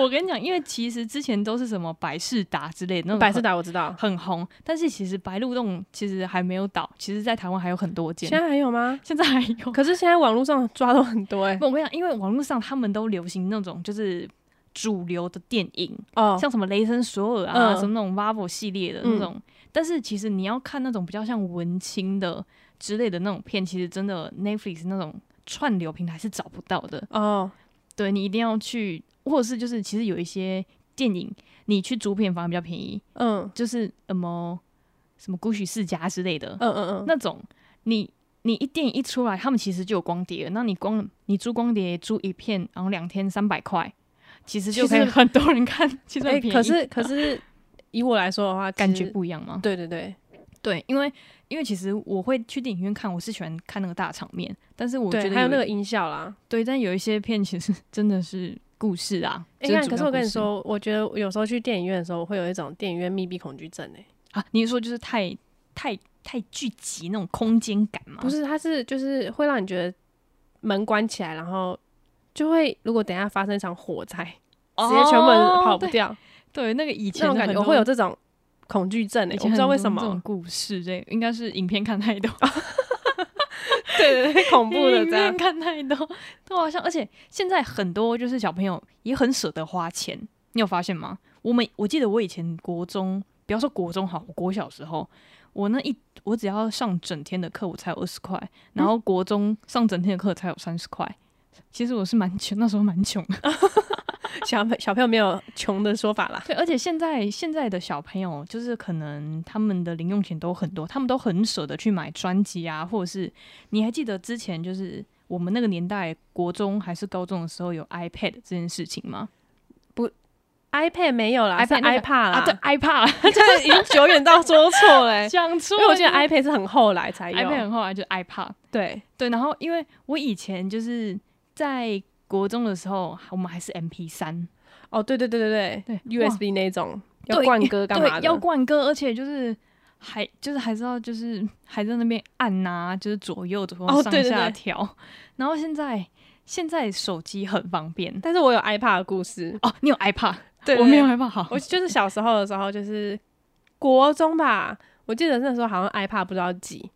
我跟你讲，因为其实之前都是什么百事达之类的那
(laughs)
种
百事达我知道，
很红，但是其实白鹿洞其实还没有倒，其实在台湾还有很多间
现，在还有吗？
现在还有。
哦可是现在网络上抓到很多哎、
(laughs) 不我跟你讲，因为网络上他们都流行那种就是主流的电影，
哦，
像什么雷神索尔啊，
嗯
什么那种 Marvel 系列的那种。但是其实你要看那种比较像文青的之类的那种片，其实真的 Netflix 那种串流平台是找不到的。
哦，
对你一定要去，或者是就是其实有一些电影你去租片反而比较便宜，
嗯
就是什么什么古许世家之类的，
嗯嗯嗯，
那种你你一电影一出来，他们其实就有光碟了，那你光你租光碟租一片，然后两天三百块，其实就
其
可
实
以很多人看，其实
哎、
很便宜。啊
可是可是以我来说的话，
感
其
觉
实
不一样吗？
对对对
对，因为因为其实我会去电影院看，我是喜欢看那个大场面，但是我觉
对，
得
还有
一
那个音效啦。
对，但有一些片其实真的是故事啊。
哎、
就
看
主
可是
要
我跟
故
你
事
说，我觉得我有时候去电影院的时候，我会有一种电影院密闭恐惧症哎、
啊，你是说就是太太太聚集那种空间感吗？
不是，它是就是会让你觉得门关起来，然后就会如果等一下发生一场火灾，
哦，
直接全部人跑不
对
掉，
对，那个以
那
前
种
的
感
很
觉，我
多
会有这种恐惧症诶、欸
以
我
前
不知道
很
为
多
什
这种
么，
故事，这应该是影片看太
(laughs)
多，
对 (laughs) 对对，恐怖的
影
这样 (laughs)
片，看太多， (laughs) 对啊，像而且现在很多就是小朋友也很舍得花钱，你有发现吗？我们我记得我以前国中，不要说国中好，我国小时候，我那一我只要上整天的课，我才有二十块，
嗯
然后国中上整天的课才有三十块。其实我是蛮穷，那时候蛮穷的，
小朋小朋友没有穷的说法啦。
对，而且现在现在的小朋友，就是可能他们的零用钱都很多，他们都很舍得去买专辑啊，或者是你还记得之前就是我们那个年代国中还是高中的时候有 iPad 这件事情吗？
iPad 没有啦
iPad
是
那个
iPad 啦，
啊，对
(laughs)
，iPad
就是已经久远到说错嘞、
(laughs) 讲错
哎因为
了，
我记得 iPad 是很后来才有
iPad 很后来就是 iPad，
对，
对，然后因为我以前就是在国中的时候，我们还是 MP 三，
哦，对对对对
对
，USB 那种要
对
灌歌干嘛
对，
的？
要灌歌，而且就是还就是还是要就是还在那边按呐、就是左右左
哦
右
对对
上下
对
调。然后现在现在手机很方便
但是我有 iPad 的故事，
哦，你有 iPad，
对
我没有，
对
iPad 好
对， (laughs) 我就是小时候的时候，就是国中吧，我记得那时候好像 iPad 不知道几，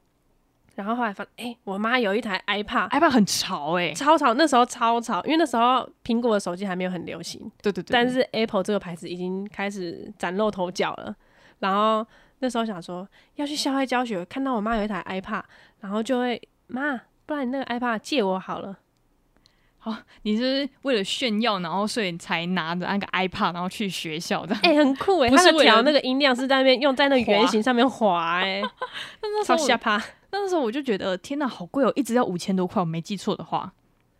然后后来发现，哎、我妈有一台 iPad。
iPad 很潮哎、
超吵，那时候超吵，因为那时候苹果的手机还没有很流行，
对对对，
但是 Apple 这个牌子已经开始崭露头角了。然后那时候想说要去校外教学，看到我妈有一台 iPad，然后就会妈，不然你那个 iPad 借我好了。 (laughs)
你是为了炫耀，然后所以才拿着那个 iPad 然后去学校的。
哎、
(laughs)
很酷哎、
不是
它的
为了
调那个音量是在那边用在那个圆形上面滑哎、
(laughs) 那时
超
候
吓趴。
那时候我就觉得天哪，好贵哦，一直要五千多块，我没记错的话，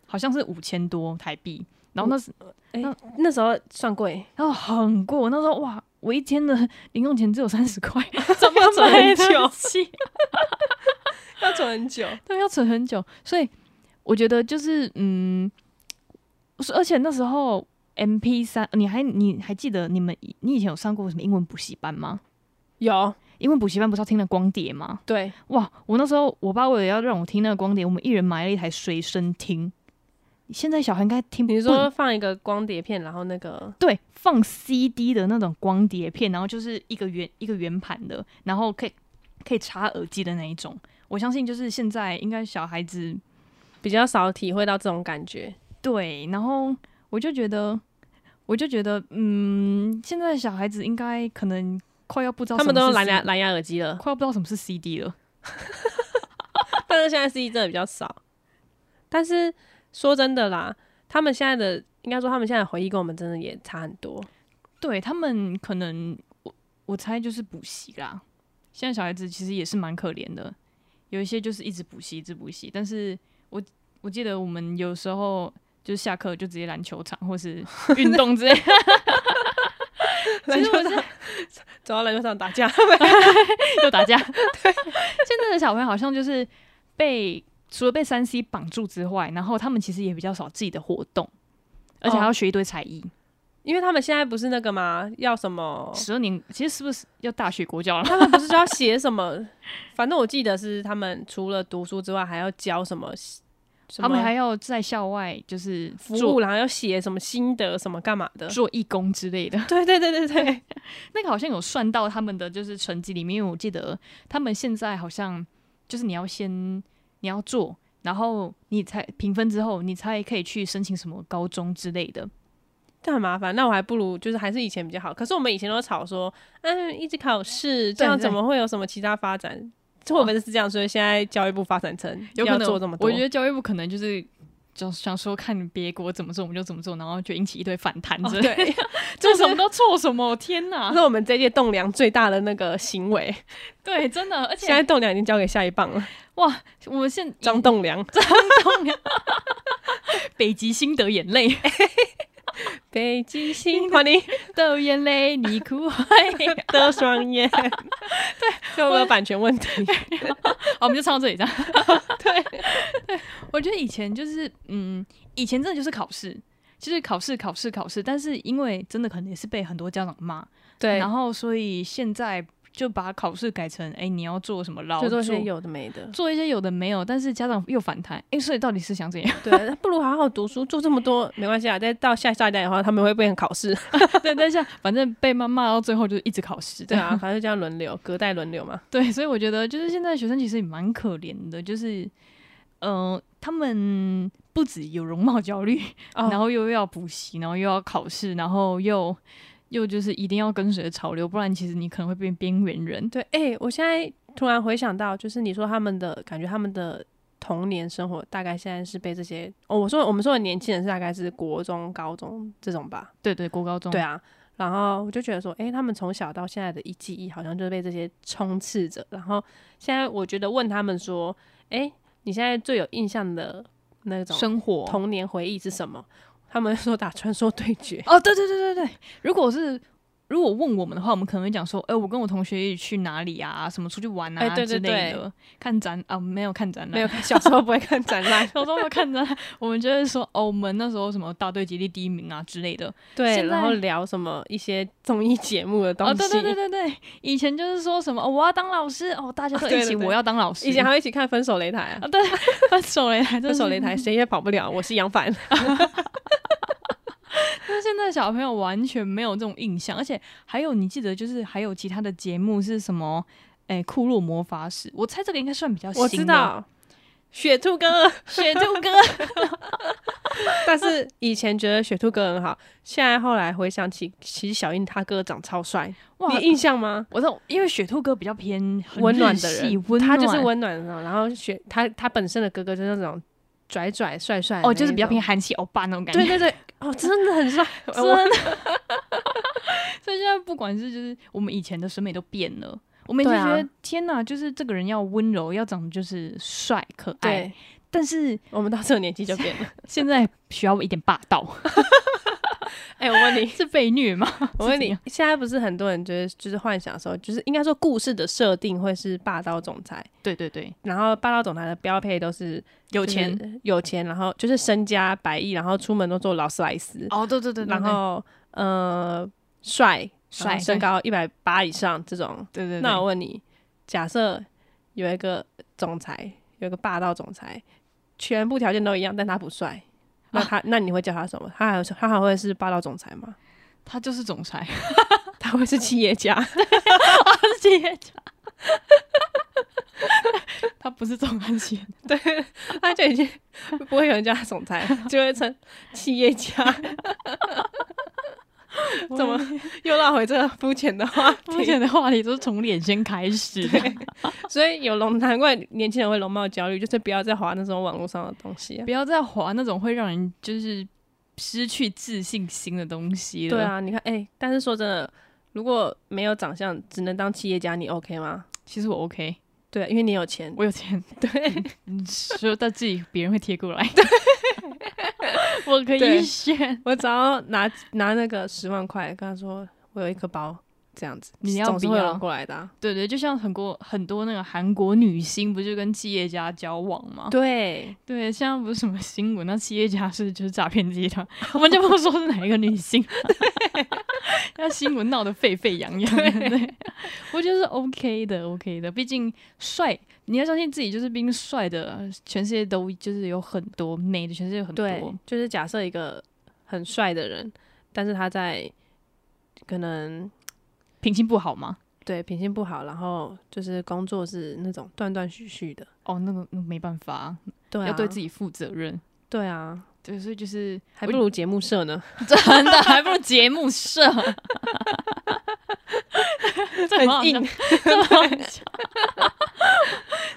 好像是五千多台币。然后那时
(laughs) 那时候算贵，
然后很贵，我那时候哇，我一天的零用钱只有三
(laughs)
十块，
怎么
存很久
(laughs) 要存很久。
对，要存很久。所以我觉得就是嗯，是而且那时候 M P 三，你还你还记得你们以你以前有上过什么英文补习班吗？
有
英文补习班不是要听那光碟吗？
对，
哇！我那时候我爸为了要让我听那个光碟，我们一人买了一台随身听。现在小孩应该听不
你说放一个光碟片，然后那个
对，放 CD 的那种光碟片，然后就是一个圆一个圆盘的，然后可以可以插耳机的那一种。我相信就是现在应该小孩子
比较少体会到这种感觉。
对，然后我就觉得，我就觉得，嗯，现在小孩子应该可能快要不知道
他们
什
都
么
用
是
蓝牙
C-
蓝牙耳机了，
快要不知道什么是 CD 了。
但是现在 CD 真的比较少。但是说真的啦，他们现在的应该说他们现在的回忆跟我们真的也差很 (laughs) 多。
对他们可能我我猜就是补习啦。现在小孩子其实也是蛮可怜的，有一些就是一直补习，一直补习。但是我我记得我们有时候就是下课就直接篮球场或 (laughs) 是运动之类的，
篮
其实
球
我
场 (laughs) 走啊到篮球场打架， (laughs)
又打架。对，现在的小朋友好像就是被除了被三 C 绑住之外，然后他们其实也比较少自己的活动，而且还
哦
要学一堆才艺。
因为他们现在不是那个嘛，要什么
十二、年其实是不是要大学国教
(laughs)
了？
他们不是就要写什么？反正我记得是他们除了读书之外，还要教什么？什么
他们还要在校外就是
服
做
务，然后要写什么心得，什么干嘛的？
做义工之类的。
对对对对对， (laughs)
那个好像有算到他们的就是成绩里面，因为我记得他们现在好像就是你要先你要做，然后你才评分之后，你才可以去申请什么高中之类的。
这很麻烦。那我还不如就是还是以前比较好。可是我们以前都吵说，嗯，一直考试，这样
对
怎么会有什么其他发展？就我们是这样，所以现在教育部发展成
有可
要
能
做这么多。
我觉得教育部可能就是。就想说看别国怎么做，我们就怎么做，然后就引起一堆反弹
哦
(laughs) 之类
(laughs)
的。
对，
做什么都错什么，天
这 (laughs)
哪！
是我们这一届栋梁最大的那个行为。
对，真的，而且
现在栋梁已经交给下一棒 (laughs) 了，
哇，我们现
(laughs) 张栋梁。
张栋，北极星的眼
(laughs)
泪
北极星，欢 (laughs) 迎。
的眼泪，你哭坏。
的双眼， (laughs) 对，有没有版权问题？
好，我们就唱到这里，这样。对对，我觉得以前就是，嗯，以前真的就是考试，就是考试，考试，考试。但是因为真的可能也是被很多家长骂，
(laughs) 对
然后所以现在就把考试改成，哎、你要做什么劳
就
作。
做，些有的没的
做一些有的没有，但是家长又反弹，哎、所以到底是想
(laughs)
怎样？
对，不如好好读书，做这么多没关系啊。再到下下一代的话，他们会变成考试。 (laughs)
对，但是反正被妈骂到最后就是一直考试，
对啊，反正就这样轮流，隔代轮流嘛。
(laughs) 对，所以我觉得就是现在学生其实也蛮可怜的，就是，呃，他们不止有容貌焦虑，
(laughs) 哦
然后又要补习，然后又要考试，然后又又就是一定要跟随着潮流，不然其实你可能会变边缘人。
对，哎、我现在突然回想到，就是你说他们的感觉，他们的童年生活大概现在是被这些哦，我说我们说的年轻人是大概是国中、高中这种吧，
对对，国高中
对啊。然后我就觉得说，诶，他们从小到现在的一记忆，好像就是被这些充斥着。然后现在我觉得问他们说，诶，你现在最有印象的那种
生活
童年回忆是什么？他们说打传说对
(laughs)
决，
哦，对对对对对，如果是如果问我们的话，我们可能会讲说，哎、我跟我同学一起去哪里啊，什么出去玩啊、
哎对对
之类
对
的，看展啊，没有看展览，
没有 (laughs) 看小时候不会看展
(laughs)，
览
高中没有看展览，我们就会说，哦，我们那时候什么大队接力第一名啊之类的，
对，
现在
然后聊什么一些综艺节目的东
哦，
西，
对对对对对，以前就是说什么、哦我要当老师，哦，大家都
(laughs) 对
一起，
对对
我要当老师，
(laughs) 以
(laughs)
前还会一起看《分手擂台》啊，
啊，对， (laughs) 分手擂
(laughs)
台，
分手擂
台。
台谁也跑不了，我是杨凡。
但现在小朋友完全没有这种印象，而且还有你记得就是还有其他的节目是什么？哎、库洛魔法使， (laughs) 我猜这个应该算比较新的。
我知道，雪兔哥， (laughs)
雪兔哥，
但是以前觉得雪兔哥很好，现在后来回想起，其实小樱他哥长超帅，
哇
你，印象吗？
我知道，因为雪兔哥比较偏很
温暖
日
的
系
人，
温
他
暖
就是温暖的那种。然后雪他他本身的哥哥就是那种拽拽帅帅的
哦，
那
就是比较
一种
偏。韩系欧巴那种感觉。
对对对，哦，真的很
(laughs)
帅，
真
我
的。所以现在不管是就是我们以前的审美都变了，我们以前
对啊
觉得、天哪，就是这个人要温柔，要长得就是帅可爱，
对
但是
我们到这个年纪就变
(laughs)
了。
现在需要一点霸道， (laughs)
哎，我问你，
是被虐 (laughs) 吗？
(laughs) 我问你，现在不是很多人觉得就是幻想说，就是应该说故事的设定会是霸道总裁，
对对对，
然后霸道总裁的标配都是
有
就是
钱、
有钱，然后就是身家百亿，然后出门都坐劳斯莱斯，
哦，对对对
然后呃帅
帅
然后身高一百八以上这种。
对对
那我问你，假设有一个总裁，有一个霸道总裁，全部条件都一样，但他不
(laughs)
帅，那他、那你会叫他什么？他还有他还会是霸道总裁吗？
他就是总裁，
他会是企业家？
(laughs) 他是企业家。他不是总裁企业家，
对，他就已经不会有人叫他总裁，就会成企业家。怎么又绕回这个肤浅的话题？
肤浅的话题都是从脸先开 (laughs) 始的，
所以有容难怪年轻人会容貌焦虑，就是不要再划那种网络上的东西、啊。
不要再滑那种会让人就是失去自信心的东西了。
对，啊，你看，哎、但是说真的，如果没有长相，只能当企业家，你 OK 吗？
其实我 OK，
对啊，因为你有钱。
我有钱，
(laughs) 对，
(laughs) 嗯说到自己别人会贴过来，我可以
对
选。
我只要拿拿那个十万块，跟他说我有一颗包，这样子，
你要
总是
不
会
要
有人过来的啊、
对对，就像很多很多那个韩国女星，不就跟企业家交往
哦
吗？
对，
对，现在不是什么新闻，那企业家是就是诈骗集团，我们就不说是哪一个女 (laughs) 性，那新闻闹得沸沸扬扬。对，我觉得是 OK 的，OK 的，毕竟帅，你要相信自己，就是毕竟帅的，全世界都就是有很多美的，全世界有很
对
多，，
就是假设一个很帅的人，但是他在可能
品性不好吗？
对品性不好，然后就是工作是那种断断续续的，
哦，那个那没办法，
对、啊，
要对自己负责任。
对啊，
对，所以就是
还不如节目社 (laughs) 呢，
(laughs) 真的，还不如节目社， (laughs) 这很好
很
笑
硬。
(laughs) 这么好笑。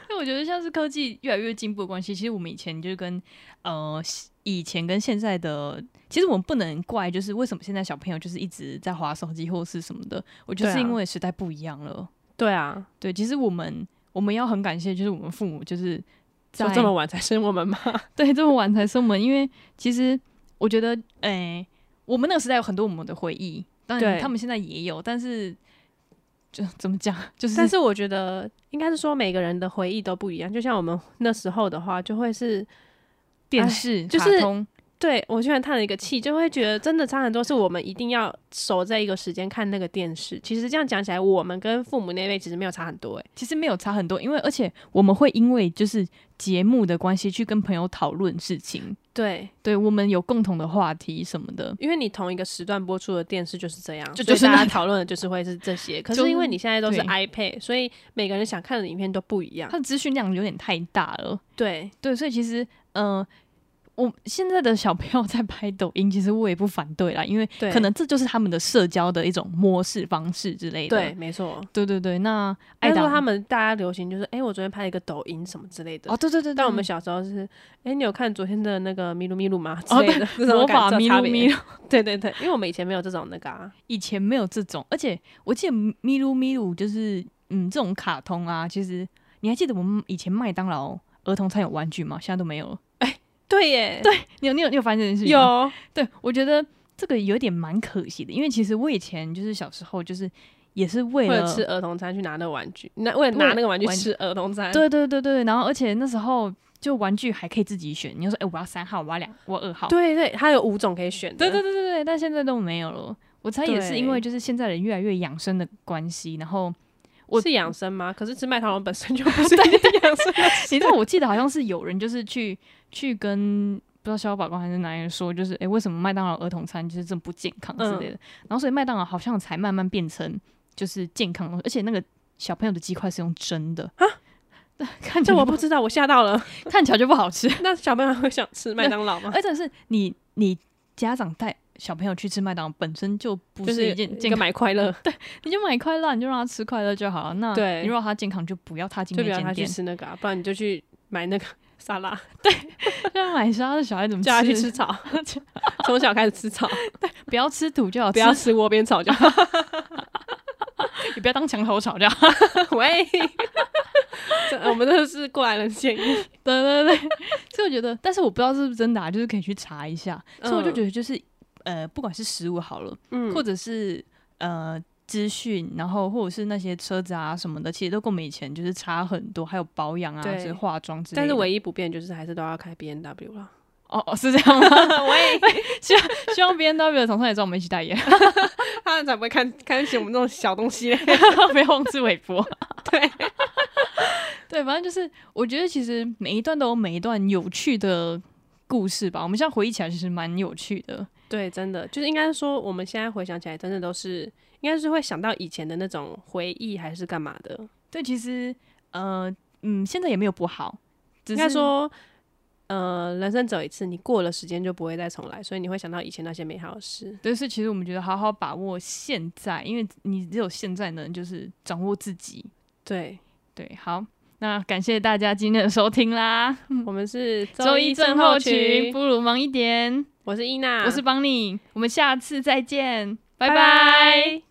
那我觉得像是科技越来越进步的关系，其实我们以前就是跟呃以前跟现在的，其实我们不能怪，就是为什么现在小朋友就是一直在划手机或是什么的，我觉得是
对啊
因为时代不一样了。
对 (laughs) 啊，
对，其实我们我们要很感谢，就是我们父母就是
就
在
这么晚才生我们吗？
对，这么晚才生门，因为其实我觉得，哎、我们那个时代有很多我们的回忆，当然
对
他们现在也有，但是就怎么讲，就
(laughs)
是
但是我哎觉得应该是说每个人的回忆都不一样，就像我们那时候的话，就会是
电
哎
视、
就是
卡通，
对我居然叹了一个气，就会觉得真的差很多，是我们一定要守在一个时间看那个电视。其实这样讲起来，我们跟父母那辈其实没有差很多、欸，
其实没有差很多，因为而且我们会因为就是节目的关系去跟朋友讨论事情，
对，
对我们有共同的话题什么的。
因为你同一个时段播出的电视就是这样，所
就
以
就是那
大家讨论的就是会是这些。可
就是
因为你现在都是
对
iPad，所以每个人想看的影片都不一样
它。的资讯量有点太大了，
对
对，所以其实，嗯、我现在的小朋友在拍抖音，其实我也不反对啦，因为
对，
可能这就是他们的社交的一种模式方式之类的。
对，没错。
对对对，那爱
那时
达
候他们大家流行就是，哎、我昨天拍了一个抖音什么之类的。
哦，对对对，
但我们
对
小时候是，哎、你有看昨天的那个咪噜咪噜吗？之
哦
类的，这种
魔
感
法
受
咪
差
噜
别
咪噜，
(laughs) 对对对，因为我们以前没有这种那个啊，
以前没有这种，而且我记得咪噜咪噜就是嗯这种卡通啊，其实你还记得我们以前麦当劳儿童餐有玩具吗？现在都没有了。
对耶，哦对，
你有你有你有发现这件事情吗？
有，
(laughs) 对，我觉得这个有点蛮可惜的，因为其实我以前就是小时候就是也是为
为
了
了吃儿童餐去拿那个玩具，那为了拿那个玩具
玩具
吃儿童餐，
对对对对，然后而且那时候就玩具还可以自己选，你就说哎、我要三号，我要两，我要二号。
对对，它有五种可以选的，
对对对对对，但现在都没有了。我猜也是因为
对
就是现在人越来越养生的关系，然后我
是养生吗？可是吃麦当劳本身就不是一件养生的事
(laughs) 你知道我记得好像是有人就是去去跟不知道消保官还是哪里人说，就是哎、为什么麦当劳儿童餐就是这么不健康之
嗯
类的，然后所以麦当劳好像才慢慢变成就是健康的东西，而且那个小朋友的鸡块是用蒸
(laughs)
的啊，看起
这
来
我
就
不知道，我吓到了。
不看起来就不
(laughs)
好吃，
那小朋友会想吃麦当劳吗？
而且是你你家长带小朋友去吃麦当劳本身就不
就是是
一件
一
健
个
康，
买快乐，
你就买快乐，你就让他吃快乐就好了。那
对
你如果他健康，就不要踏进
就
那
不要他
间
去
店，
吃那个、啊，不然你就去买那个 (laughs) 沙拉，
要啊买啥？那小孩怎么
叫他去吃？ (laughs) 草，从小开始 (laughs) 吃草，
不要吃土就好，
不要吃窝边草就好。
你不要当墙头草就好。
喂，这 (laughs) 我们这是过来人建议，
对对对， (laughs) 所以我觉得，但是我不知道是不是真的、啊，就是可以去查一下。所以我就
嗯
觉得，就是呃，不管是食物好了，
嗯
或者是呃资讯，然后或者是那些车子啊什么的，其实都跟我们以前就是差很多，还有保养啊，
对
就是化妆之类
但
的。
是唯一不变就是还是都要开 B N W (laughs) 了。
哦哦是这样吗？ (laughs)
喂，
希望 B N W 的同事也找我们一起代言，
(laughs) 他们才不会看看起我们这种小东西嘞。
(laughs) 不要妄自菲薄。
(laughs) 对，
对，反正就是我觉得其实每一段都有每一段有趣的故事吧。我们现在回忆起来其实蛮有趣的。
(laughs) 对，真的就是应该说，我们现在回想起来，真的都是应该是会想到以前的那种回忆，还是干嘛的？
对，其实呃嗯，现在也没有不好，只
应
是
该说，呃，人生走一次，你过了时间就不会再重来，所以你会想到以前那些美好的事。
对，是其实我们觉得好好把握现在，因为你只有现在能就是掌握自己。
对，
对，好，那感谢大家今天的收听啦。
我们是
周
嗯
一
一
症
症
候群
群，
不如忙一点，
我是伊娜，
我是邦尼，我们下次再见，拜
拜
拜
拜